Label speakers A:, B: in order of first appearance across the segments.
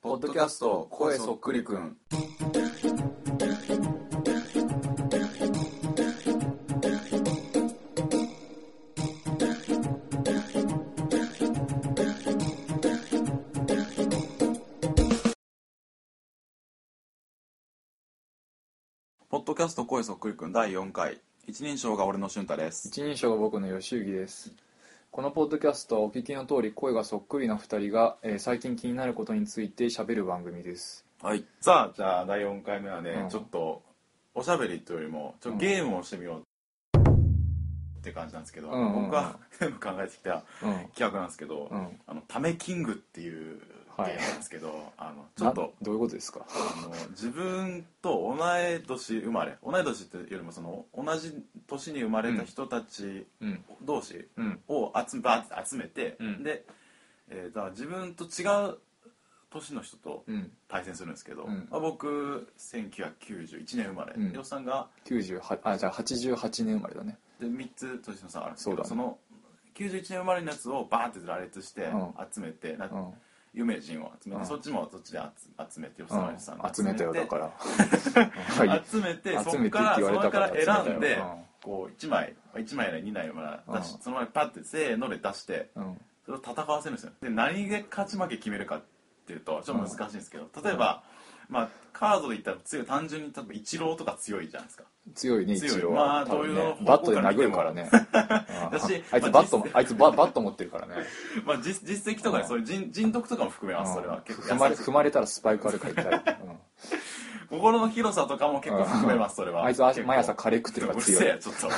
A: ポッドキャスト声そっくりくん。ポッドキャスト声そっくりくん第4回一人称が俺の俊太です。
B: 一人称が僕の吉行ですこのポッドキャストはお聞きの通り声がそっくりな2人が、えー最近気になることについて喋る番組です
A: はい。さあじゃあ第4回目はね、
B: うん
A: ちょっとおしゃべりというよりもちょっとゲームをしてみようって感じなんですけど、
B: うんうんうん
A: 僕が 全部考えてきた
B: うん
A: 企画なんですけど、
B: うん
A: あの「ためキング」っていうゲームなんですけど、あのちょっ
B: な
A: と
B: どういうことですか
A: あの自分と同い年生まれ同い年っていうよりもその同じ年に生まれた人たち
B: うん
A: 同士
B: うん
A: を集め,ば、集めて、
B: うん
A: で、えーだから自分と違う年の人と
B: うん
A: 対戦するんですけど、
B: うん
A: まあ、僕1991年生まれ、
B: うん
A: 洋さんが
B: 98あじゃあ88年生まれだね
A: で3つ年の差があるんですけ
B: そ
A: ど
B: うだね
A: の91年生まれのやつをバーンって羅列して
B: うん
A: 集めて、な
B: うん
A: 有名人を集めて、
B: うん
A: そっちもそっちで集集めて洋さんは洋さんで
B: 集めたよだからはい
A: 集めて
B: 集
A: そ
B: め
A: こ
B: て
A: か
B: っ
A: ら
B: て言われたから
A: そこから選ん
B: 集め
A: で
B: たようん
A: こう1枚1枚や2枚まで出し
B: うん
A: その前にパッてせーので出して
B: うん
A: それを戦わせるんですよで何で勝ち負け決めるかっていうとちょっと難しいんですけど例えば、まあ、カードで言ったら強い単純に例えばイチローとか強いじゃないですか
B: 強いね
A: 強い
B: 一応
A: まあ
B: 多分
A: 同様
B: ね
A: の
B: バットで殴るからねうん
A: 私
B: あい
A: まあ
B: つバッ
A: 実
B: トもあいつババット持ってるからね
A: まあ、実実績とか
B: うん
A: そういう人人徳とかも含めますそれ
B: うん
A: は結構
B: 踏まれ
A: 優しい
B: 踏まれたらスパイクあるから痛 いうん
A: 心の広さとかも結構含めますそれは
B: あいつあ
A: 結構
B: 毎朝カレー食ってるから強いう
A: るせえちょっ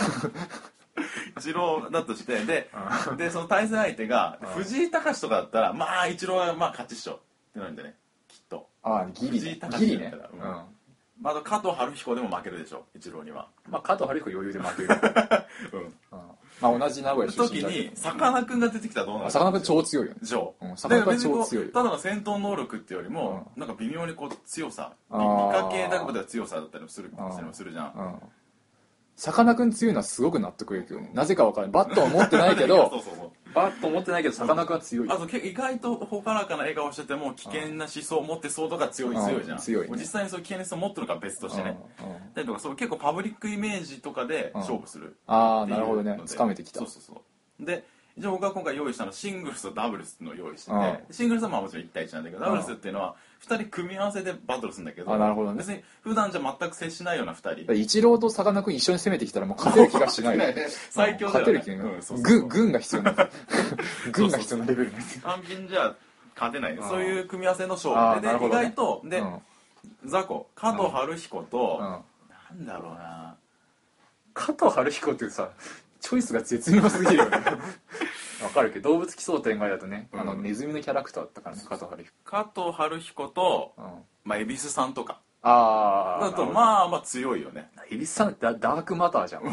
A: と一郎だとしてででその対戦相手が
B: うん
A: 藤井隆とかだったらまあ一郎はまあ勝ちっしょってなるんでねきっと
B: ああギリ
A: 藤井
B: ね
A: 隆
B: ギリね
A: だった
B: う
A: らうん
B: ん
A: まああと加藤晴彦でも負けるでしょ一郎には
B: まあ加藤晴彦余裕で負けるから、
A: うん
B: うんまあ同じ名古屋
A: その時
B: 出身だけ
A: に
B: ど
A: さかなクンが出てきたらどうな
B: あ
A: る
B: さかなクン超強いよね
A: 上
B: うんさかなクンは超強い
A: だから別にこうただの戦闘能力っていうよりも、なんか微妙にこう強さ見
B: あー
A: 見かけだけでは強さだったりもする
B: あー
A: もするじゃん
B: うんさかなクン強いのはすごく納得いくよねなぜかわからないバットは持ってないけ
A: そう
B: ど
A: そうそう
B: バット持ってないけどさかなクンは強い
A: あとけ意外とほからかな笑顔してても危険な思想を持ってそうとか強い
B: うん
A: 強いじゃん
B: 強いね
A: 実際にそういう危険な思想を持ってるのから別としてね
B: うんうん
A: だりとかそう結構パブリックイメージとかで勝負する
B: ああ
A: っていう
B: なるほど
A: の
B: ね
A: で
B: つかめてきた
A: そうそうそうで一応僕は今回用意したのはシングルスとダブルスのを用意してて、
B: う
A: シングルスはまあもちろん1対1なんだけどダブルスっていうのは2人組み合わせでバトルするんだけど
B: あなるほどね
A: 別に普段じゃ全く接しないような2人
B: イチローとさかなクン一緒に攻めてきたらもう勝てる気がし ないよね
A: 最強だ
B: 勝
A: よ
B: て
A: ね
B: る気が
A: うん そうそう
B: 軍軍が必要な軍が必要なレベルなんですよ
A: 単品じゃ勝てない、
B: ん
A: そういう組み合わせの勝
B: あ
A: 負
B: ー
A: で,、
B: なるほ
A: 意
B: どね
A: 外とで、
B: うん
A: 雑魚加藤晴彦と、
B: う
A: な
B: ん
A: んだろうな
B: 加藤晴彦っていうさチョイスが絶妙すぎる よねわかるけど動物奇想天外だとね、あの
A: うん
B: ネズミのキャラクターだったからね加藤晴彦、
A: 加藤晴彦と、
B: うん、あ
A: まあ、恵比寿さんとか
B: あ
A: だとまあまあ強いよね
B: 蛭子さんダダークマターじゃん、
A: で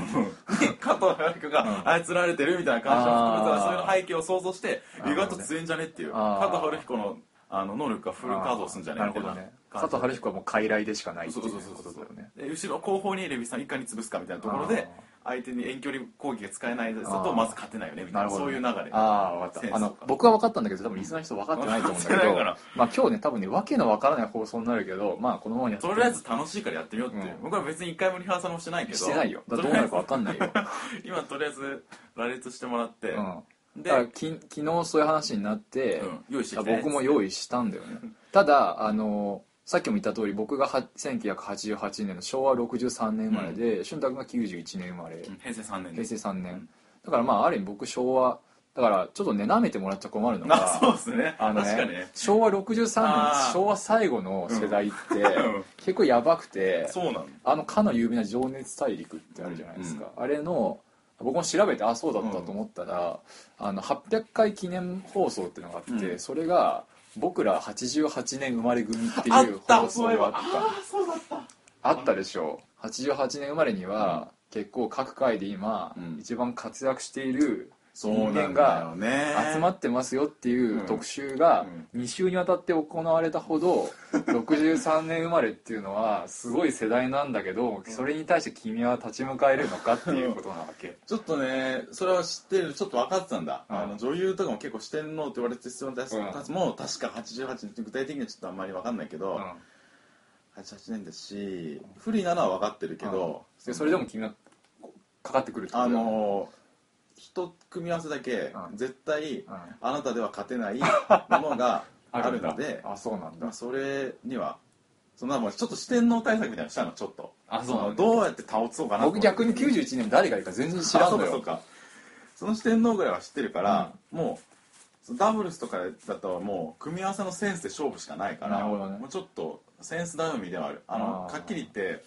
A: 加藤晴彦が操られてるみたいな感じの含めたら
B: あー
A: そういう背景を想像して
B: な
A: 意
B: るほどね
A: 外と強いんじゃねっていう
B: あー
A: 加藤晴彦のあの能力がフルカードをするんじゃね
B: あー
A: み
B: な
A: たい
B: るほ
A: な
B: どね加藤晴彦はもう傀儡でしかないって
A: そ
B: いうう
A: そ
B: こ
A: うそう
B: と
A: そ
B: だ
A: う
B: よね
A: で後ろ後方にレビさんいかに潰すかみたいなところで相手に遠距離攻撃が使えないですと
B: あー
A: まず勝てないよねみた
B: ないる
A: な
B: ほど
A: そう
B: ね、
A: いう流れ
B: ああ分か
A: セ
B: っ
A: ンス
B: たあ
A: と
B: の
A: か
B: 僕は分かったんだけど多分リスナーの人分かってないと思うんだけ
A: 分かっ
B: ど
A: てないから
B: まあ今日ね多分ね訳の分からない放送になるけどまあこのままやって
A: とりあえず楽しいからやってみようっていう、
B: うん
A: 僕は別に一回もリハーサルもしてないけど
B: してないよだからどうなるか分かんないよ、
A: 今とりあえず羅列してもらって、
B: うん、
A: で
B: だからき昨日そういう話になって、
A: うん用意してきてね
B: 僕も用意したんだよねただあのさっきも言った通り僕がは1988年の昭和63年生まれで、俊太君が91年生まれ、
A: うん平成3年で
B: 平
A: す
B: 成3年、だからまあある意味僕昭和だからちょっとねなめてもらっちゃ困るのが
A: あそうですね
B: あの
A: 確かに
B: ね
A: ね、
B: 昭和63
A: あー
B: 年昭和最後の世代って、
A: ん
B: 結構やばくて
A: そうなの
B: あのかの有名な「情熱大陸」ってあるじゃないですか、あれの僕も調べてあそうだったと思ったら、あの800回記念放送っていうのがあって、
A: うん
B: それが「僕ら88年生まれ組」って
A: あ
B: い
A: っ
B: う
A: た
B: 放送
A: そ
B: が
A: ういえばあ
B: あった
A: あーそうだった
B: あったでしょ88年生まれには、結構各界で今、
A: うん
B: 一番活躍している人間が集まってますよっていう特集が2週にわたって行われたほど63年生まれっていうのはすごい世代なんだけどそれに対して君は立ち向かえるのかっていうことなわけ
A: ちょっとねそれは知ってるちょっと分かってたんだ、
B: うん
A: あの女優とかも結構四天王って言われてる人たち
B: うん
A: も確か88年具体的にはちょっとあんまり分かんないけど、
B: う
A: 88年ですし不利なのは分かってるけど、
B: んでそれでも君はかかってくるってこと
A: あ
B: だよね
A: の一組み合わせだけ、
B: うん
A: 絶対
B: うん
A: あなたでは勝て ないものがある
B: んだ
A: ので
B: あそうなん
A: ま
B: だ
A: あ、それにはそのもうちょっと四天王対策みたいなのしたのちょっと
B: あそうなんだ
A: のどうやって倒そうかなと思
B: 僕
A: って
B: 逆に91年誰がいいか全然知らんの
A: あそうかそう
B: よ
A: かその四天王ぐらいは知ってるから、もうそのダブルスとかだともう組み合わせのセンスで勝負しかないから
B: なるほどね
A: もうちょっとセンス頼みではあるあの
B: あー
A: はっきり言って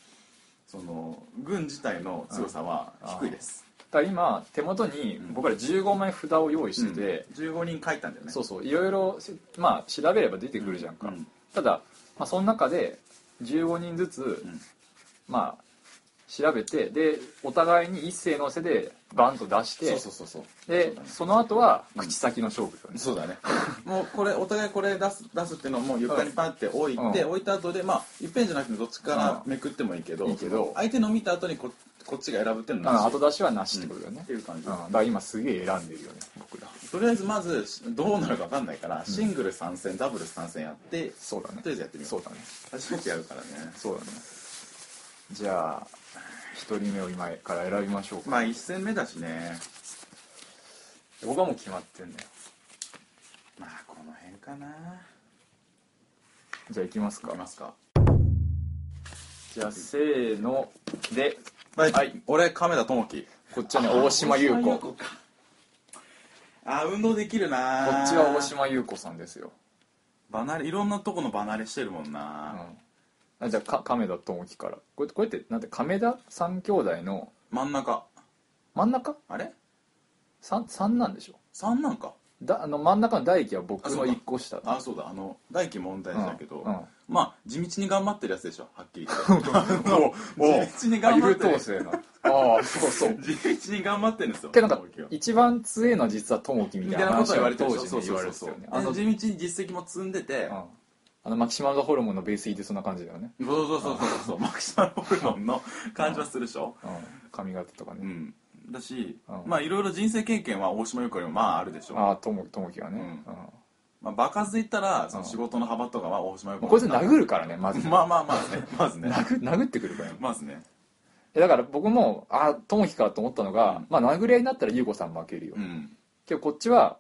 A: その軍自体の強さは低いです、
B: だから今手元に僕ら15枚札を用意してて、
A: 15人書いたんだよね
B: そううそういろいろせまあ調べれば出てくるじゃんか、
A: ん
B: ただ、まあ、その中で15人ずつ、
A: ん
B: まあ調べてでお互いに一斉のせでバンと出して
A: そうそうそうそう
B: で
A: そうだね
B: その後は
A: うん
B: 口先の勝負だよね、
A: そうだね もうこれお互いこれ出す出すっていうのをもう床にパンって置いて、
B: うん
A: 置いた後でまあいっぺんじゃなくてどっちからめくってもいいけど,、
B: いいけど
A: 相手の見た後にここっちが選ぶっていうのは
B: あの
A: なし
B: 後出しはなしってことだよね
A: っ、ていう感じ、
B: うんだから今すげえ選んでるよね僕ら
A: とりあえずまずどうなるか分かんないから、シングル参戦ダブル参戦やって
B: そうだね
A: とりあえずやってみよう
B: そうだね
A: 初めてやるからね
B: そうだねじゃあ1人目を今から選びましょうか、
A: まあ1戦目だしね
B: 僕はもう決まってんだよ
A: まあこの辺かな
B: じゃあ行きます
A: い
B: か
A: きますか
B: じゃあせーので
A: はい、
B: はい
A: 俺亀田智樹
B: こっちはね大島優子
A: 大
B: こっ
A: かあ運動できるな
B: ちは大島優子さんですよ、
A: 離れいろんなとこの離れしてるもん
B: うん
A: な、
B: あじゃあか亀田智樹からこれこれってなんて亀田三兄弟の
A: 真ん中
B: 真ん中
A: あれ
B: 三三なんでしょ
A: 三なんか
B: だあの真ん中の大輝は僕
A: あそ
B: の
A: うか
B: 一個下
A: あそうだあの大輝問題
B: うん
A: 児だけど、
B: うん
A: まあ地道に頑張ってるやつでしょはっきり言って
B: おう
A: 地道に頑張って
B: あ優等生なああそうそう
A: 地道に頑張ってるんですよ
B: けどなんか
A: 友樹は
B: 一番強いのは実は智樹み
A: み
B: た
A: た
B: い
A: いな
B: な
A: ことは
B: 話
A: 言われてる
B: 当
A: でしょ
B: 時ね言われてた
A: そう
B: よ
A: そう
B: ね
A: そう
B: あの、うん
A: で地道に実績も積んでて、
B: あのマキシマルドホルモンのベース入れそうな感じだよね、
A: そうそうそうそうそうマキシマルホルモンの感じはするでしょ、
B: うん、髪型とかね、
A: うん、だし、
B: うん
A: まあいろいろ人生経験は大島優子よりもまああるでしょ
B: ああ智智樹がね、
A: うん
B: うん
A: まあ、爆発で言ったらその仕事の幅とかは大島優子
B: もうこいつ殴るからねまず、
A: まあまあまあねまずね
B: 殴殴ってくるからね
A: まずね
B: えだから僕もああ智樹かと思ったの
A: う
B: が、
A: ん
B: まあ殴り合いになったら優子さん負けるよ、
A: うん
B: けどこっちは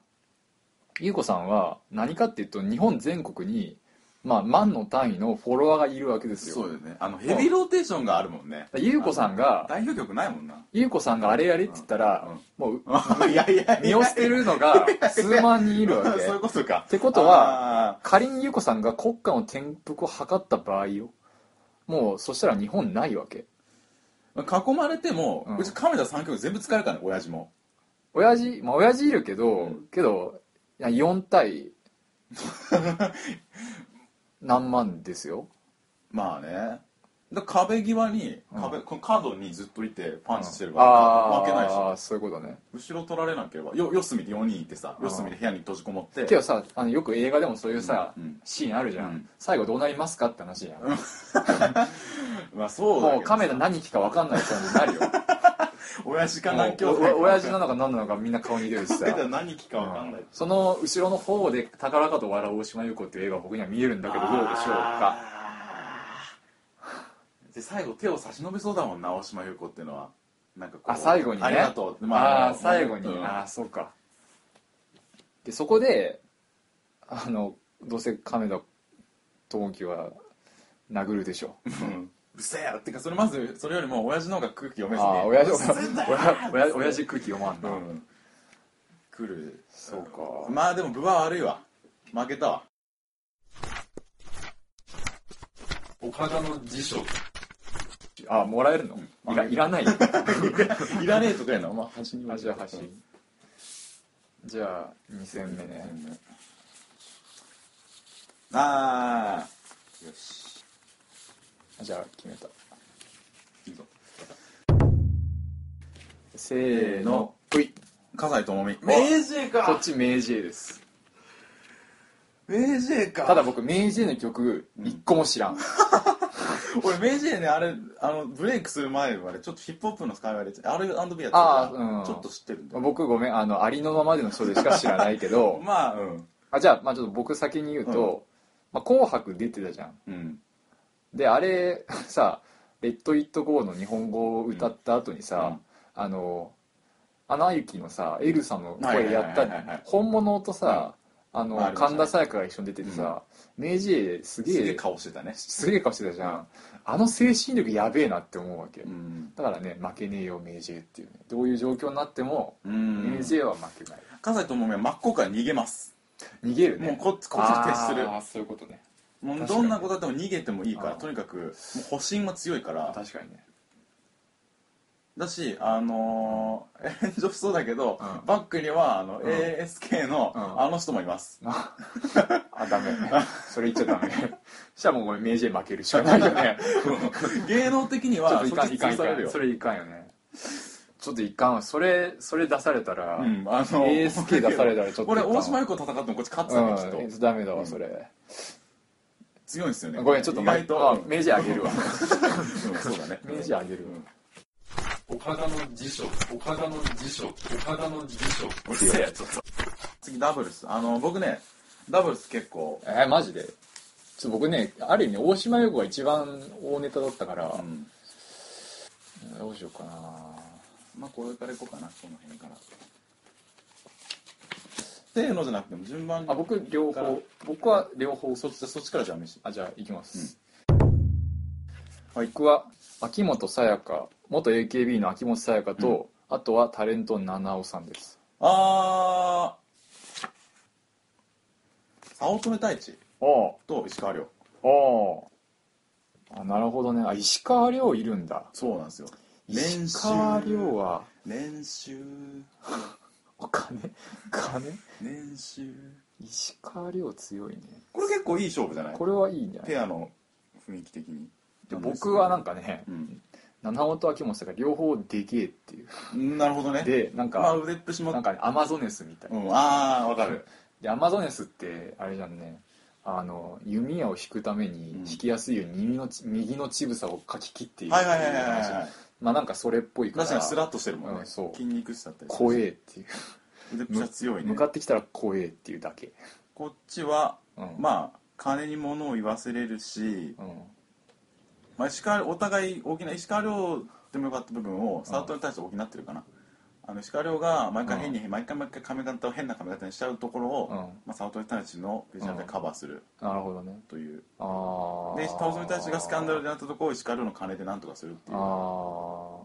B: 優子さんは何かっていうと日本全国に、まあ、万の単位のフォロワーがいるわけですよ
A: そうだよねあのヘビーローテーションがあるもんね
B: だから優子さんが
A: 代表曲ないもんな
B: 優子さんがあれやれって言ったら、もう
A: いやいやいや
B: 身を捨てるのが数万人いるわ け
A: そういうことかって
B: ことは
A: あ
B: 仮に優子さんが国家の転覆を図った場合よもうそしたら日本ないわけ
A: ー囲まれても、
B: う
A: うんち亀田3曲全部使えるからね親父も
B: 親父まあ親父いるけど、
A: ん
B: けどいや4対 何万ですよ
A: まあねだ壁際に
B: うん
A: 壁、この角にずっといてパンチしてるから、
B: あ
A: 負けないし
B: あーそういうことね
A: 後ろ取られなければよ四隅で4人いてさ
B: うん
A: 四隅で部屋に閉じこもって
B: けどさあのよく映画でもそういうさ、
A: うんうん
B: シーンあるじゃん、
A: うん
B: 最後どうなりますかって話じゃん、
A: まあそうだけど
B: もうカメラ何機か分かんない感じ になるよ
A: 親父か
B: も
A: 何
B: う
A: 兄弟
B: おお親父なのか何なのかみんな顔に出るしさ
A: 亀田何期か分かんない、
B: その後ろの方で高らかと笑う大島優子っていう映画が僕には見えるんだけどどうでしょうか
A: あーで最後手を差し伸べそうだもんな大島優子っていうのはなんかこう
B: あ最後にね
A: ありがとう
B: まああー最後に、
A: うん
B: ああそうかでそこであのどうせ亀田智樹は殴るでしょう
A: うんうっせえってかそれまずそれよりも親父の方が空気読めずに
B: ああ親父
A: うっせえんだよ
B: 親父親父空気読まん
A: う
B: な、
A: ん来る
B: そうか
A: まあでも分は悪いわ負けた わ
B: 岡田の辞書あもらえるの、いらいらない よ
A: いらねえとかやなまあ端に
B: あじゃあ橋じゃあ2戦目ね
A: ああよし
B: じゃあ決めた
A: いいぞ
B: せーのほい
A: 葛西智美
C: 明治
B: こっ
C: か
B: ち明治 A です
C: 明治か
B: ただ僕明治 A の曲一個も知らん、
A: 俺明治ねあれあのブレイクする前までちょっとヒップホップの界隈で R&B やってた
B: あ
A: か
B: ー
A: ら、
B: うん
A: ちょっと知ってるんだ
B: 僕ごめんあのありのままでの人でしか知らないけど
A: まあうん
B: あじゃあ,、まあちょっと僕先に言うと「まあ、紅白」出てたじゃん
A: うん
B: であれ さ「レッド・イット・ゴー」の日本語を歌った後にさ、あのアナ雪のさエルさんの声やっ
A: はいはいはいはいはい
B: た本物とさ、あの
A: まあありましたね
B: 神田沙也加が一緒に出ててさ、明治絵す
A: す
B: げ
A: げえ
B: え
A: 顔してたね
B: すげえ顔してたじゃんあの精神力やべえなって 思うわけ、
A: うん
B: だからね負けねえよ明治絵っていうねどういう状況になっても、
A: うん
B: 明治絵は負けない
A: 葛西智美は真っ向から逃げます
B: 逃げるね
A: もうこっちこっちに徹する
B: ああそういうことね
A: もう
B: 確かに
A: どんなことあっても逃げてもいいから
B: あー
A: とにかくもう保身は強いから
B: 確かにね
A: だしあのー、炎上しそうだけど、
B: うん
A: バックにはあの、
B: ん
A: ASK の
B: うん
A: あの人もいます、
B: ああ ダメそれ言っちゃダメそしたらもうごめん明治絵負けるしかないよね
A: 芸能的に
B: ちょ
A: は
B: っといかんいかんい
A: そっち潰さ
B: か
A: れる
B: ん
A: よ
B: それいかんよねちょっといかんわそれそれ出されたら、
A: うんあの
B: ASK 出されたらちょっと
A: 俺大島優子戦ってもこっち勝つんだけどきっ
B: うん
A: と
B: ダメだわそれ、
A: 強いんですよね
B: ごめんちょっと
A: 意
B: ま
A: 外と
B: あ明治あげ るわ
A: うんそう だね
B: 明治あげるわ、
D: 岡田の辞書岡田の辞書岡田の辞書
A: うるせえちょっと 次ダブルスあの僕ねダブルス結構
B: えーマジでちょっと僕ねある意味大島優子が一番大ネタだったから、
A: うん
B: どうしようかな
A: まあこれからいこうかなこの辺からせーのじゃなくても順番に
B: あ僕両
A: から
B: 方僕は両方
A: そっちそっちからじゃあ飯
B: あじゃあ行きます、
A: うんはい
B: 僕は秋元さやか元 AKB の秋元さやかと、あとはタレントの七尾さんです
A: あー早乙女太一
B: ああ
A: と石川遼
B: ああなるほどねあ石川遼いるんだ
A: そうなんですよ練
B: 石
A: 習
B: 川遼は
A: 練習
B: お金金
A: 練習
B: 石川遼強いね
A: これ結構いい勝負じゃない
B: これはいいんじゃない
A: ペアの雰囲気的に
B: で僕はなん
A: か
B: かね
A: うん
B: 七尾と秋元さやか両方でけえっていう
A: なるほどね
B: でなん
A: まあ
B: か
A: 腕っぷしも
B: なんかねアマゾネスみたいな
A: うんああわかる
B: でアマゾネスってあれじゃんねあの弓矢を引くために
A: うん
B: 引きやすいように耳のち右の乳房をかき切っている
A: はいはいはいはいはい
B: っていう
A: は
B: 話まあなんかそれっぽい
A: い
B: から
A: 確かにスラッとしてるもんね、
B: うんそう
A: 筋肉質だったり
B: 怖えっていう
A: 腕っぷしは強いね
B: 向かってきたら怖えっていうだけ、
A: こっちは
B: うん、
A: まあ金に物を言わせれるし、
B: うん
A: まあ、石川お互い大きな石川遼でもよかった部分をサートに対して補ってるかな、あの石川遼が毎回変に、毎回毎回髪型を変な髪型にしちゃうところを、
B: うん
A: まあ、サートに対してのビジュアルでカバーする
B: なるほどね
A: という、
B: ああ
A: で倒すに対してがスキャンダルでなったところを石川遼の金でなんとかするっていう
B: あー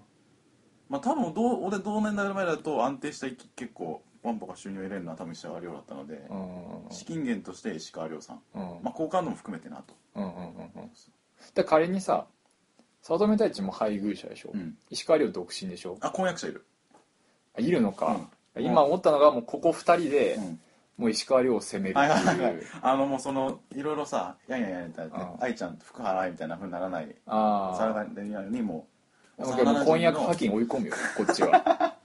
A: まあ多分どう俺同年代ぐらいだと安定した結構ワンポが収入を得れるのは多分石川遼だったので、
B: うん
A: 資金源として石川遼さん、
B: うんうん
A: まあ、好感度も含めてなと、
B: うんうんうんうんで仮にさ早乙女太一も配偶者でしょ、
A: うん
B: 石川遼独身でしょ
A: あ婚約者いる、
B: あいるのか、今思ったのがもうここ二人で、
A: うん
B: もう石川遼を攻めるって
A: はいはいはい
B: い
A: はいうあのもうそのいろいろさやんやんやんやったらね
B: うん
A: 愛ちゃんと福原愛みたいなふうにならない
B: あ
A: サラ
B: あ
A: ダニアにもう
B: でも婚約破
A: の
B: 棄に追い込むよこっ ちは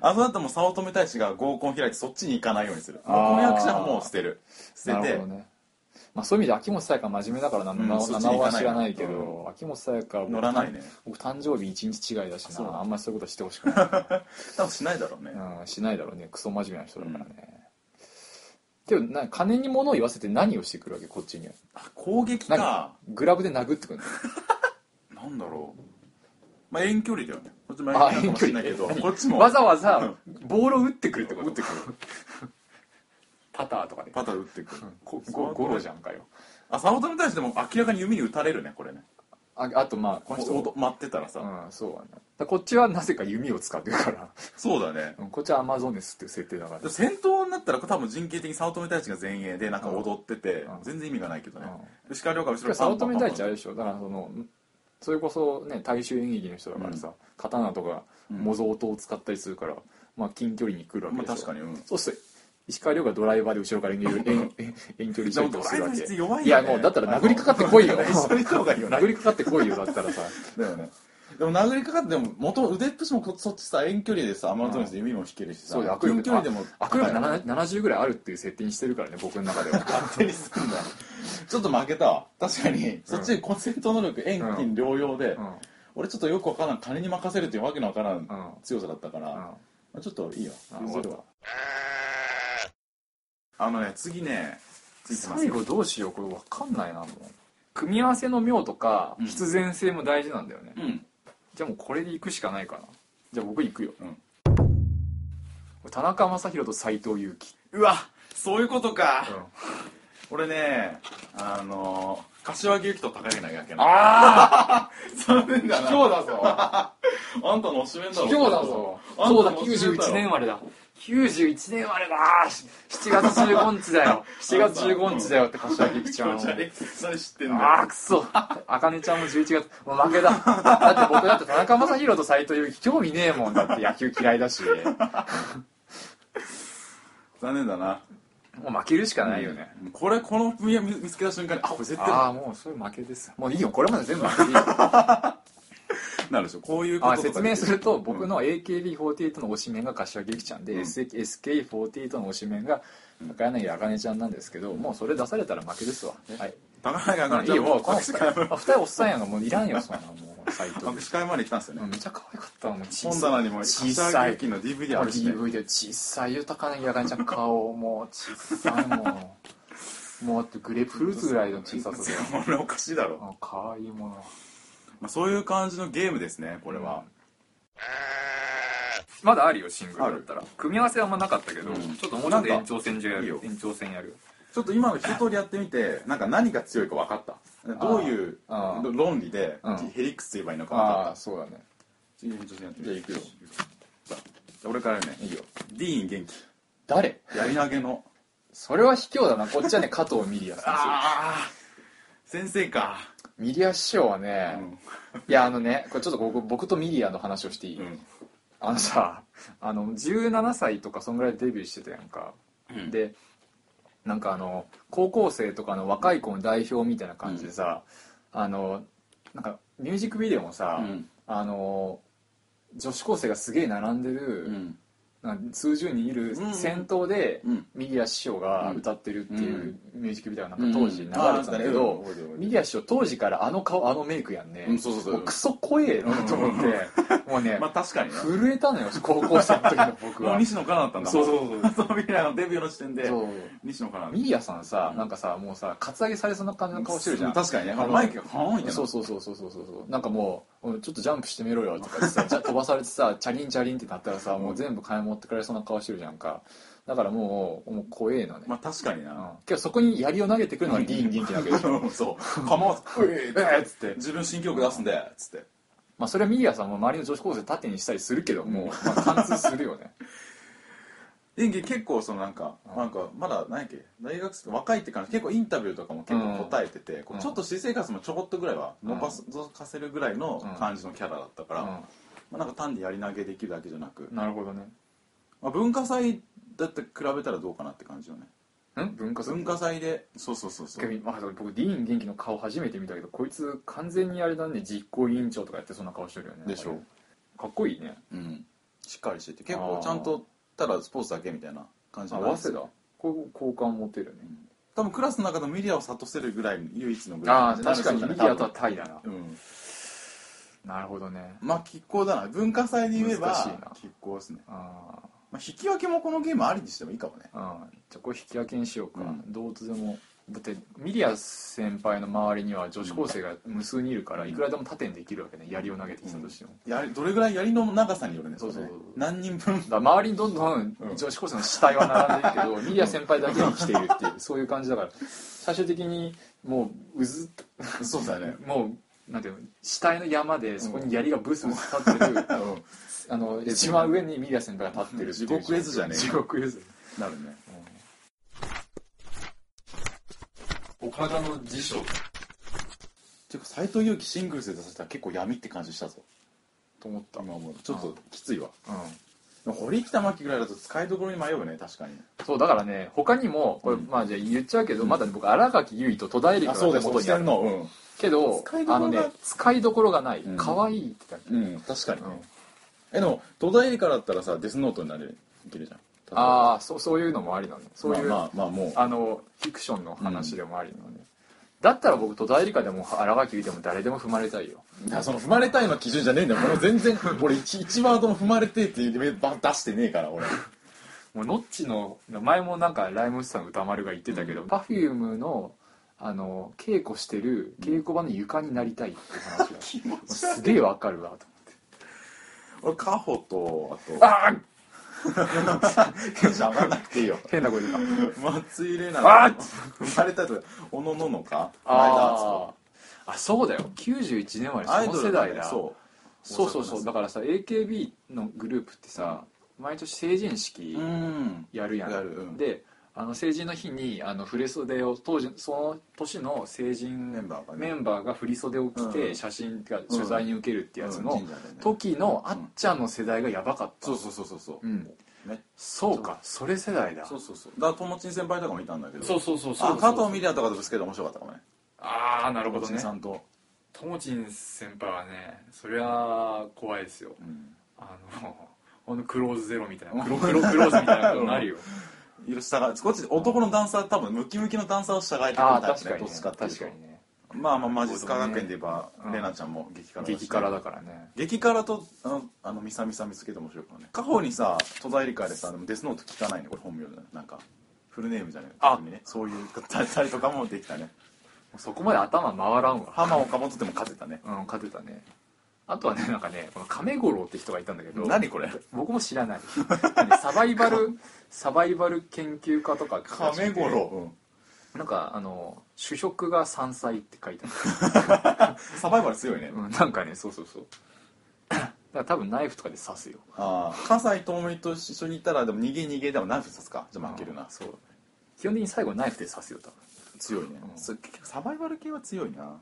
A: あそうだったらもう早乙女太一が合コン開いてそっちに行かないようにするもう
B: あー
A: 婚約者はもう捨てる捨て
B: な
A: て、
B: るほどねまあ、そういう意味で秋元さやか真面目だからな
A: うん
B: な
A: そっち
B: 七
A: に行
B: 尾
A: か
B: は
A: ない
B: 知らないけど、
A: う
B: 秋元さやかは僕
A: 乗らないね
B: 僕誕生日一日違いだし
A: そう
B: なあんまりそういうことしてほしくない
A: 多分しないだろう ね、
B: うん、しないだろうねクソ真面目な人だからね、でもな金に物を言わせて何をしてくるわけこっちには
A: あ攻撃
B: なん
A: か
B: グラブで殴ってくるの
A: なんだろうまあ遠距離だよねこっちも遠
B: あ
A: 距離かもしれないけど
B: 遠距離
A: こっち も
B: わざわざボールを打ってくるってこと打ってくるパ ターとかで
A: パター打ってくる
B: こゴゴロじゃんかよ
A: あ早乙女太一でも明らかに弓に打たれるねこれね
B: ああとまあこの人
A: おお待ってたらさ、
B: うんそうだねだこっちはなぜか弓を使ってるから
A: そうだね
B: うんこっちはアマゾネスっていう設定だから
A: で戦闘になったらこれ多分人形的に早乙女太一が前衛でなんか踊ってて、
B: うん
A: 全然意味がないけどね
B: うん、
A: で石川遼が後
B: しか
A: ろ
B: も早乙
A: パンパ
B: 女
A: ンパン
B: 太一あれでしょだからそのそれこそね大衆演劇の人だからさ、刀とか
A: うん
B: 模造刀を使ったりするから、まあ近距離に来るわけ
A: ま
B: で
A: あ
B: しょ、
A: 確かにうん
B: そうすると石川遼がドライバーで後ろから遠 距離遠遠距離
A: で
B: した
A: も
B: りと
A: ドラ
B: かす
A: イ
B: る
A: バ
B: わ
A: ー
B: け
A: 必要弱いよ、ね、
B: いやもうだったら殴りかかってこいよ
A: 一緒に行った方がいいよね
B: 殴りかかってこいよだったらさ
A: だよねでも殴りかかってでも元腕っぷしもこそっちさ遠距離でさ天野トミス指も引けるしさ
B: そうで握
A: 近
B: 力
A: 距離でも
B: あ握力70 70ぐらいあるっていう設定にしてるからね僕の中で は
A: 勝手にすんだちょっと負けたわ確かに、そっちコンセント能力遠近両用で、
B: うん
A: 俺ちょっとよくわからん金に任せるっていうわけのわからん
B: うん
A: 強さだったから、ま
B: う
A: あちょっといいよ
B: あ
A: 譲るわあのね次ね
B: ん
A: 次いきます
B: 最後どうしようこれ分かんないなもう組み合わせの妙とか
A: うん
B: 必然性も大事なんだよね、
A: うん
B: じゃあもうこれでいくしかないかなじゃあ僕いくよ、
A: うん
B: 田中将大と斎藤佑樹
A: うわそういうことか、
B: うん
A: 俺ねあの柏木由紀と高木投げなきゃな
B: ああ
A: 残念だな
B: 卑怯だぞ
A: あんたのおしめんだろ
B: 卑怯だぞ
A: あんた
B: そうだ
A: の推しメン
B: 91
A: ろ
B: 年生まれだ91年生まれだ7月15日だよ7月15日だよって柏木ちゃんを
A: 気持ち悪い何知ってんだよ
B: ああくそあかねちゃんも11月もう負けだだって僕だって田中将大と斎藤佑樹興味ねえもんだって野球嫌いだし
A: 残念だな
B: もう負けるしかないよね、
A: うんこれこの分野見見つけた瞬間にあこれ絶対
B: ああもうそれ負けですもういいよこれまで全部負けていいよ
A: なるでしょこういうこと
B: あ
A: とか
B: 説明すると僕の AKB48 の推しメンが柏木由紀ちゃんで、
A: うん
B: SK48 の推しメンが高柳あかねちゃんなんですけどもうそれ出されたら負けですわはい
A: 高橋が
B: あいいよもうこの
A: 握手会
B: 2人おっさんやんがもういらんよそんなもう 斎藤
A: 握手会まで来たんですよね
B: めちゃ可愛かったもう小
A: 本
B: さい
A: 棚にも
B: 小
A: 柏
B: さ
A: 木由紀
B: い
A: の DVD あるしね
B: DV で小さいよ高柳あかねちゃん顔もう小さいもんもうだってグレープフルーツぐらいの小ささで
A: これおかしいだろ、
B: あ可愛いもの
A: まあ、そういう感じのゲームですねこれは、
B: まだあるよシングルだったら組み合わせはあんまなかったけど、
A: うん
B: ちょっともうちょ
A: な
B: っと
A: んか
B: 延長戦じゃや
A: いい
B: る
A: よ
B: 延長戦やる
A: ちょっと今の一通りやってみてなんか何が強いか分かったどういう
B: あー
A: 論理で
B: うん
A: ヘリクスと言えばいいのか分か
B: あ
A: っ
B: あ
A: た
B: そうだね
A: 次にちょっとやってみ
B: じゃあ行くよ
A: さあ俺からね
B: いいよ
A: ディーン元
B: 誰
A: 気やり投げの
B: それは卑怯だなこっちはね加藤ミリア先
A: ああ先生か、
B: 生ミリア師匠は
A: う
B: ね、
A: ん
B: いやあのねこれちょっと僕僕とミリアの話をしていい、
A: うん
B: あのさあの17歳とかそんぐらいでデビューしてたやんか、
A: うん
B: でなんかあの高校生とかの若い子の代表みたいな感じでさ、あのなんかミュージックビデオもさ、
A: うん
B: あの女子高生がすげえ並んでる、
A: うん
B: なんか数十人いる
A: うん
B: 先頭で
A: うん
B: ミリア師匠が歌ってるっていううミュージックビデオがなんか当時流れて
A: あ
B: たんだけど、
A: ーうん
B: ミリア師匠当時からあの顔あのメイクやんね、
A: うんそうそうそう
B: もクソ怖えなと思って、もう ね、
A: まあ確かにね
B: 震えたのよ高校生の時の僕
A: もう
B: は
A: 西野カナだったんだ
B: そう
A: う
B: そうそう
A: そうミラーのデビューの時点で
B: そう
A: 西野カナ
B: ミリアさんさなんかさもうさカツアゲされそうな感じの顔してるじゃん
A: 確かにね
B: あの
A: マイクがハーンみたいな
B: そうそうそうそうそうそうそうなんかもううんちょっとジャンプしてみろよとか言って さじゃ飛ばされてさチャリンチャリンってなったらさもう全部金持ってかれそうな顔してるじゃんかだからもうもう怖えのね、
A: まあ確かに
B: うん
A: な、
B: けどそこに槍を投げてくるのはディーン元気なわけ でし ょ
A: そう構わず「うえーっつって自分新記録出すんでっつって
B: まあそれはミリアさんも周りの女子高生縦にしたりするけども、まあ、貫通するよ ね
A: 演技結構そのなんか
B: うん
A: なんかまだ何やっけ大学生若いって感じ結構インタビューとかも結構答えてて、こうちょっと私生活もちょこっとぐらいは
B: うん
A: のばすぞかせるぐらいの感じのキャラだったから、
B: うん
A: まあ、なんか単にやり投げできるだけじゃなく、
B: なるほどね
A: まあ、文化祭だって比べたらどうかなって感じよね
B: ん文化祭
A: 文化祭でそうそうそうそ
B: け
A: う
B: どまあ、僕ディーン元気の顔初めて見たけどこいつ完全にあれだね実行委員長とかやってそんな顔してるよね
A: でしょ
B: かっこいいね
A: うんしっかりしてて結構ちゃんとただスポーツだけみたいな感じ
B: あ
A: になるんで
B: 早
A: す
B: 稲
A: よ
B: 田こう好感持てるね、
A: 多分クラスの中でもミリアを諭せるぐらい唯一のぐらいの
B: あ
A: 感
B: あ
A: じ
B: 確かに
A: な
B: ミ
A: るん
B: デ
A: ですよね
B: ィアとはタイだな
A: 多分うん
B: なるほどね
A: まあ拮抗だな文化祭で言えば
B: 難しいな
A: 拮抗ですね、
B: あ
A: まあ、引き分けもこのゲームありにしてもいいかもね
B: あうんじゃあこれ引き分けにしようか、
A: うん
B: どうとでもだってミリア先輩の周りには女子高生が無数にいるから、いくらでも縦にできるわけね槍を投げてきたとしても、
A: やりどれぐらい槍の長さによるね
B: そうそう
A: れね何人分
B: だから周りにどんどん女子高生の死体は並んでいる けど、ミリア先輩だけが生きているっていうそういう感じだから最終的にもううず
A: そうだね
B: もうなんていうの死体の山でそこに槍がブスブス立ってる、あの一番上にミリア先輩が立ってるってい
A: 地
B: う
A: 獄絵図じゃねえか
B: 地獄絵図
A: なるね
D: 岡田の辞書
A: ていうか斎藤佑樹シングルスで出させたら結構闇って感じしたぞ
B: と思った、うん、
A: 今思うちょっときついわ堀北真希ぐらいだと使いどころに迷うね確かに
B: そうだからね他にもこれ、
A: うん
B: まあじゃあ言っちゃうけど、まだね僕新垣結衣と戸田恵梨
A: あ
B: 香
A: そうで
B: が手
A: すオフ
B: 元
A: ィシ
B: にあ
A: ャ
B: る
A: ルのうん
B: けど
A: 使いどこ
B: あ
A: ろが
B: のね使いどころがない、
A: うん
B: 可愛いってだけ、
A: うん確かにね、
B: うん
A: えでも戸田恵梨香だったらさデスノートになれるいけるじゃん
B: ああそうそういうのもありなのそういう、
A: まあまあ、まあ、もう
B: あのフィクションの話でもありなのね、だったら僕戸田恵梨香でも新垣結衣でも誰でも踏まれたいよ
A: いやその踏まれたいの基準じゃねえんだよ俺全 然俺一一ワードも踏まれてっていうレベルば出してねえから俺
B: もうノッチの前もなんかライムスターの歌丸が言ってたけど、パフュームのあの稽古してる稽古場の床になりたいって話が
A: 気持
B: もうすげえわかるわと
A: 俺カホとあと
B: あー
A: 邪魔なくていいよ
B: 変な声出た
A: 松井玲奈
B: あ
A: 生まれたとおのののか前田敦
B: あーあそうだよ91年生まれ
A: 子アイ
B: そ
A: ド
B: の世
A: ルだね
B: 代だ
A: そ
B: そうそうそ
A: 大阪の
B: う
A: やつ
B: だからさ AKB のグループってさ毎年成人式
A: ううん
B: やるやん、
A: やるうん
B: であの成人の日にあの振り袖を当時その年の成人
A: メンバーがね
B: メンバーが振り袖を着
A: う
B: て
A: ん
B: 写真が取材に受けるってやつ
A: うん
B: の
A: 神社でね
B: 時のあっちゃんの世代がやばかった、
A: そうそうそうそうそう、
B: うん
A: ね
B: そうかそれ世代だ
A: そうそうそうだから友達先輩とかもいたんだけど
B: そう
A: そ
B: そうそうそ
A: あ
B: う
A: 加藤ミリアとかとぶつけて面白かったかもね
B: ああなるほど
A: 友
B: ね
A: 達さんと、
B: ともちん先輩はねそりゃ怖いですよ
A: うん、
B: あのほんとクローズゼロみた いなクロクロクローズみたいなことになるよ
A: いろいろ従うこっち男のダンサー多分ムキムキのダンサーを従えてくる
B: ああ
A: タイ
B: 確
A: プ
B: か
A: ねど
B: にね
A: っちかっていう
B: 確
A: と
B: かにね
A: まあまあ魔術科学園で言えば、
B: うん
A: レナちゃんも激辛だし
B: 激辛だからね
A: 激辛とあのあのミサミサ見つけて面白いからねカホにさ戸田恵梨香でさでもデスノート聞かないねこれ本名じゃないなんかフルネームじゃない
B: あ
A: 特にねそういうたりとかもできたね
B: もうそこまで頭回らんわ
A: 浜岡本でも勝てたね
B: うん勝てたねあとはねなんかねこの亀五郎って人がいたんだけど
A: 何これ
B: 僕も知らないサバイバルサバイバル研究家とか
A: 亀五郎、
B: なんかあの主食が山菜って書いてあ
A: うん、サバイバル強いね、
B: る、うん、なんかねそうそうそうだから多分ナイフとかで刺すよ
A: ああ葛西智美と一緒にいたらでも逃げ逃げでもナイフ刺すかじゃあ負けるな、
B: うんそう基本的に最後ナイフで刺すよ多分
A: 強いね、
B: うん
A: そ結局サバイバル系は強いな、
B: だか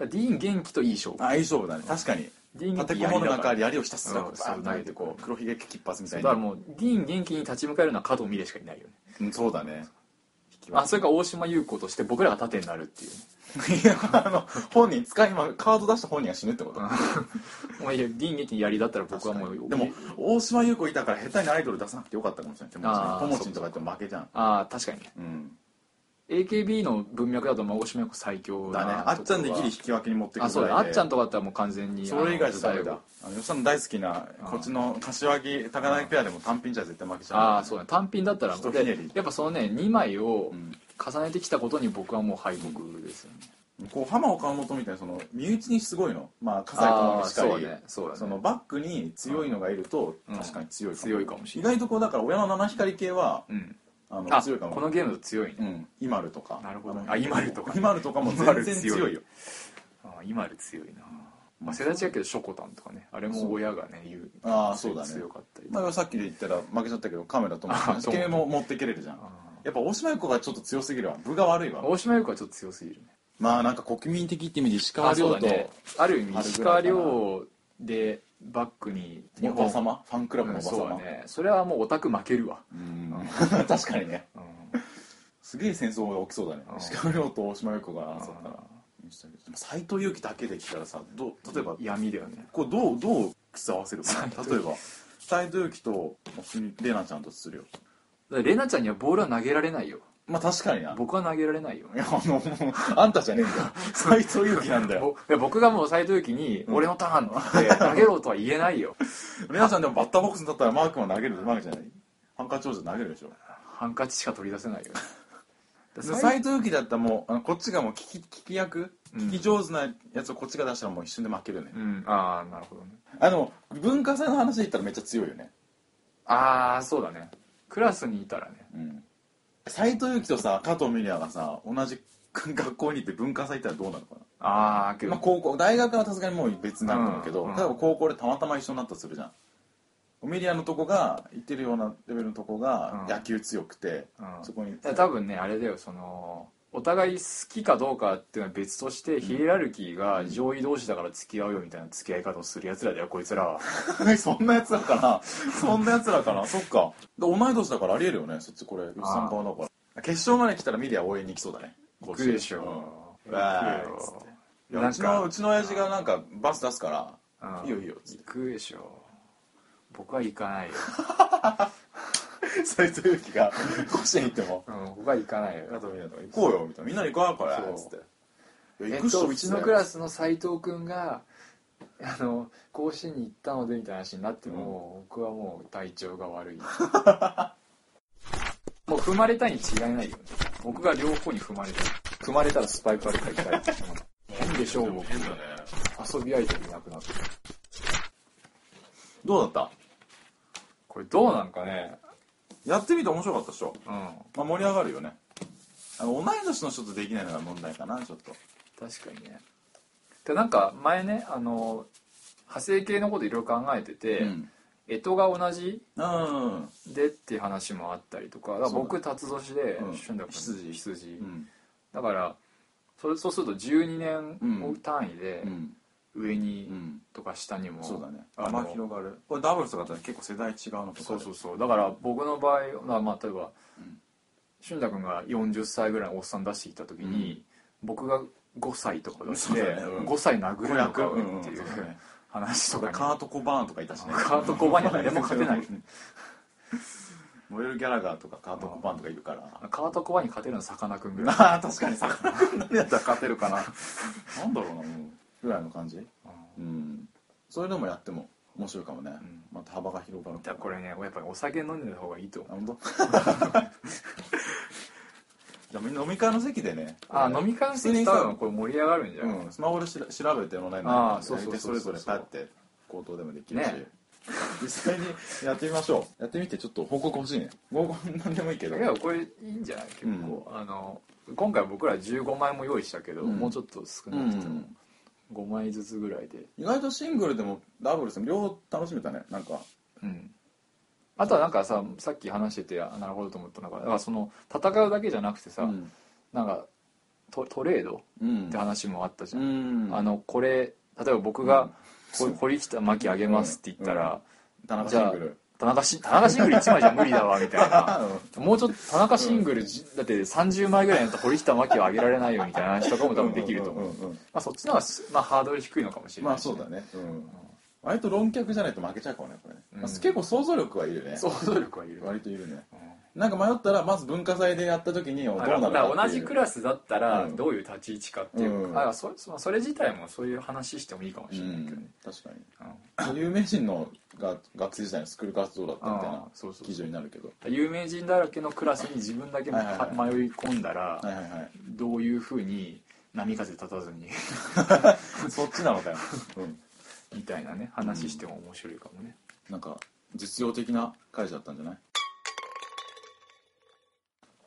B: らディーン元気といい勝負
A: あいい勝負だね確かに
B: ディーン
A: 立て
B: 元
A: こ
B: 気やり
A: も
B: な
A: る
B: がら
A: 中槍をひたすらこう
B: うん
A: バーン投げて
B: そ
A: こ
B: う
A: う黒ひげ切っ発みた
B: だ
A: い
B: から
A: な
B: もうディーン元気に立ち向かえるのは加藤美玲しかいないよね
A: うんそうだね
B: あそれから大島優子として僕らが盾になるっていうね
A: いやあの本人使い今カード出した本人が死ぬってこと
B: まあいやディーン劇にやりだったら僕はもう
A: でも大島優子いたから下手にアイドル出さなくてよかったかもしれない
B: あー
A: ともちんとかやっても負けじゃん
B: ああ確かにね
A: うん、
B: AKB の文脈だとまあ大島優子最強な
A: だねあっちゃんでギリ引き分けに持ってく
B: あ
A: る
B: そう
A: ぐ
B: だ
A: ら
B: あ
A: いで
B: っちゃんとかだったらもう完全に
A: それ以外じゃダメ
B: あ
A: だ
B: の
A: あの予算大好きな
B: あー
A: こっちの柏木高台ペアでも単品じゃ絶対負けちゃう
B: ああそうだ単品だったら
A: ひとひねり
B: でやっぱそのね2枚を
A: うん
B: 重ねてきたことに僕はもう敗北ですよね
A: こう浜岡本みたいなその身内にすごいのまあ葛西ともしかり
B: あーそうねそうだね
A: そのバックに強いのがいると
B: うん
A: 確かに強い
B: 強いかもしれ
A: 意外とこうだから親の七光系は
B: うん
A: あの
B: あ
A: 強いかも
B: このゲーム強いね
A: うん、イマルとか
B: なるほど
A: の
B: あイマルとか
A: イマルとかも 全然強
B: イマル強
A: い
B: い
A: よ
B: よあー今ある強いなまあ世代違うけどショコタンとかねあれも親がね言う
A: ああそうだね
B: 強かったり
A: まあ、さっきで言ったら負けちゃったけどカメラとも
B: あそう
A: 系も持ってけれるじゃん
B: あ
A: やっぱ大島優子がちょっと強すぎるわ分が悪いわ
B: ー大島優子はちょっと強すぎるね
A: まあなんか国民的って意味で石川
B: あそ
A: 遼
B: う
A: と、
B: だねある意味
A: ある
B: 石
A: ぐら
B: 川
A: いかな
B: 遼でバックに
A: おばさまファンクラブ
B: う
A: のお
B: ん
A: ばさ
B: そう
A: ま、
B: だねそれはもうオタク負けるわ、
A: うん 確かにねすげえ戦争が起きそうだね
B: うん
A: 石川遼と大島優子が争ったら
B: う
A: 斎藤佑樹だけで来たらさどう例えば
B: ん闇だよね
A: こうどうどう靴合わせるかな
B: 斎藤
A: 例えば斎藤佑樹とレナちゃんとするよ
B: だからレナちゃんにはボールは投げられないよ
A: まあ確かにな
B: 僕は投げられないよ
A: いや、 あの、もうあんたじゃねえんだよ。 斎藤佑樹なんだよ。
B: ぼいや僕がもう斎藤佑樹に「俺のターン!」って言って投げろとは言えないよ
A: 皆さんでもバッターボックスに立ったらマークも投げるわけじゃないハンカチ王子投げるでしょ。
B: ハンカチしか取り出せない よ
A: 斎藤佑樹だったらもう、あのこっちがもう聞き、聞き役、
B: うん
A: 聞き上手なやつをこっちが出したらもう一瞬で負けるよね。
B: うんああなるほどね
A: あの、文化祭の話で言ったらめっちゃ強いよね。
B: ああそうだねクラスにいたらね
A: うん。斎藤佑樹とさ、加藤ミリアがさ、同じ 学校に行って文化祭行ったらどうなるかな。
B: ああけど、
A: まあ高校、大学はさすがにもう別になると思うけど、
B: うんうん
A: 例えば高校でたまたま一緒になったとするじゃん。ミリアのとこが、行ってるようなレベルのとこが
B: うん
A: 野球強くて、
B: うん
A: そこに
B: いや多分ねあれだよそのお互い好きかどうかっていうのは別としてヒエラルキーが上位同士だから付き合うよみたいな付き合い方をするやつらだよこいつらは
A: えそんなやつらか なそんなやつらかなそっか同い年だからありえるよねそっちこれ吉さん側だから決勝まで来たらミリア応援に来そうだね
B: 行くでしょ
A: うんわーいっつっていやうちのうちの親父がなんかバス出すから
B: う
A: い
B: ん
A: いよいいよっつっ
B: 行くでしょ僕は行かないよ、
A: て斎藤佑樹が甲子園行っても
B: うん、僕は行かないよ
A: あとみんなと行こうよみたいなみんなで行こうよこれ
B: そう
A: っつっていや
B: え
A: 行く
B: っ
A: っし
B: と、
A: ょ
B: うちのクラスの斎藤君があの甲子園に行ったのでみたいな話になっても、僕はもう体調が悪い もう踏まれたに違いないよね僕が両方に踏まれた踏まれたらスパイクあるから痛い変でしょう僕
D: 変だね
B: 遊び相手もいなくなって
A: どうだっ
B: これどうなんかね
A: たやってみて面白かったでしょ
B: うん
A: まあ盛り上がるよねあの同い年の人とできないのが問題かなちょっと
B: 確かにねでなんか前ねあの派生系のこといろいろ考えてて、
A: うん
B: 干支が同じ
A: うん
B: でっていう話もあったりとかだから僕辰年で、
A: うん
B: 俊太君
A: 羊
B: 羊、
A: うん
B: だからそれそうすると12年
A: う
B: を
A: ん
B: 単位で
A: うん
B: 上
A: う
B: に
A: ん
B: とか下にも、
A: そうだね
B: あの
A: 幅広がるこれダブルスとかだったら結構世代違うのとか
B: そうそううそうだから僕の場合まあまあ例えば、
A: ん
B: 俊太君が40歳ぐらいのおっさん出してきた時に、僕が5歳とか出し
A: そう
B: て、
A: だねうん
B: 5歳殴るのか
A: 500うん
B: っていう
A: そうだね
B: 話と
A: そうだ
B: か
A: カート・コバーンとかいたしね
B: にカート小判には誰も勝てない
A: モエル・ギャラガーとかカート・コバーンとかいるから
B: カート小判に勝てるのはさかなクンぐらい、
A: ああ確かにさかなクン何やったら勝てるかななんだろうなもうぐらいの感じうんそういうのもやっても面白いかもね、
B: ん
A: また幅が広がる
B: じゃあこれねやっぱりお酒飲んでた方がいいと思う
A: あ本 当じゃあみんな飲み会の席でね
B: あ飲み会の席多分これ盛り上がるんじゃない、
A: うん、スマホでしら調べてオンライン
B: あー
A: でやって
B: そうそうそうそう
A: れぞれ帰って口頭でもできるし、
B: ね
A: 実際にやってみましょうやってみてちょっと報告欲しいね合コンなんでもいいけど
B: いやこれいいんじゃない結構、あの今回僕ら15枚も用意したけど、
A: うん
B: もうちょっと少
A: う
B: なくても
A: ん、
B: 5枚ずつぐらいで、
A: 意外とシングルでもダブルスでも両方楽しめたねなんか
B: うん、あとはなんかささっき話しててあなるほどと思ったのがだからその戦うだけじゃなくてさ、
A: うん
B: なんかトトレード
A: うん
B: って話もあったじゃん、
A: うん
B: あのこれ例えば僕が「こ堀北真希あげます」って言ったら、
A: 田中シングル
B: 田中し田中シングル1枚じゃ無理だわみたいな
A: あ
B: もうちょっと田中シングルじ、だって30枚ぐらいだと堀北真希は上げられないよみたいな話とかも多分できると思う,、
A: んんんん
B: まあ、そっちの方が、まあ、ハードル低いのかもしれない
A: まあそうだねうん割と論客じゃないと負けちゃうかもねこれね、まあ、結構想像力はいるね
B: 想像力はいる
A: 割といるね、なんか迷ったらまず文化祭でやった時にどうな
B: だか
A: る
B: ら
A: かっていう
B: 同じクラスだったら
A: うん
B: どういう立ち位置かっていう、
A: うん
B: あそそそれ自体もそういう話してもいいかもしれないけどね、
A: 確かに有名人のが学生時代のスクール活動だったみたい
B: あ
A: な
B: ーそうそう
A: 基準になるけど
B: 有名人だらけのクラスに自分だけ迷い
A: はいはいは
B: 込んだら
A: はいはいはい
B: どういうふうに波風立たずに
A: そっちなのかよ、 うん、
B: みたいなね話しても面白いかもね、
A: なんか実用的な会社だったんじゃない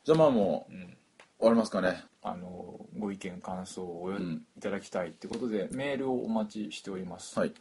A: じゃあまあもう
B: うん
A: 終わりますかね
B: あのご意見感想をお寄
A: うん
B: いただきたいってことで、メールをお待ちしております、
A: はい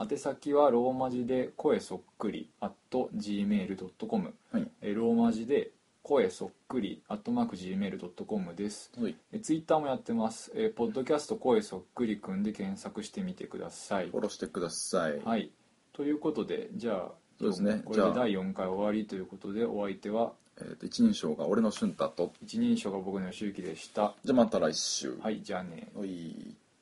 B: 宛先はローマ字で声そっくり at gmail.com、
A: はい
B: えローマ字で声そっくり at mark gmail.com です
A: はい
B: えツイッターもやってますえポッドキャスト声そっくりくんで検索してみてください
A: フォローしてください、
B: はいということでじゃあ
A: そうですね
B: 今日もこれで
A: じゃあ
B: 第4回終わりということでお相手は
A: えーと一人称が俺の俊太と
B: 一人称が僕の吉行でした
A: じゃあまた来週
B: はいじゃあね
A: はい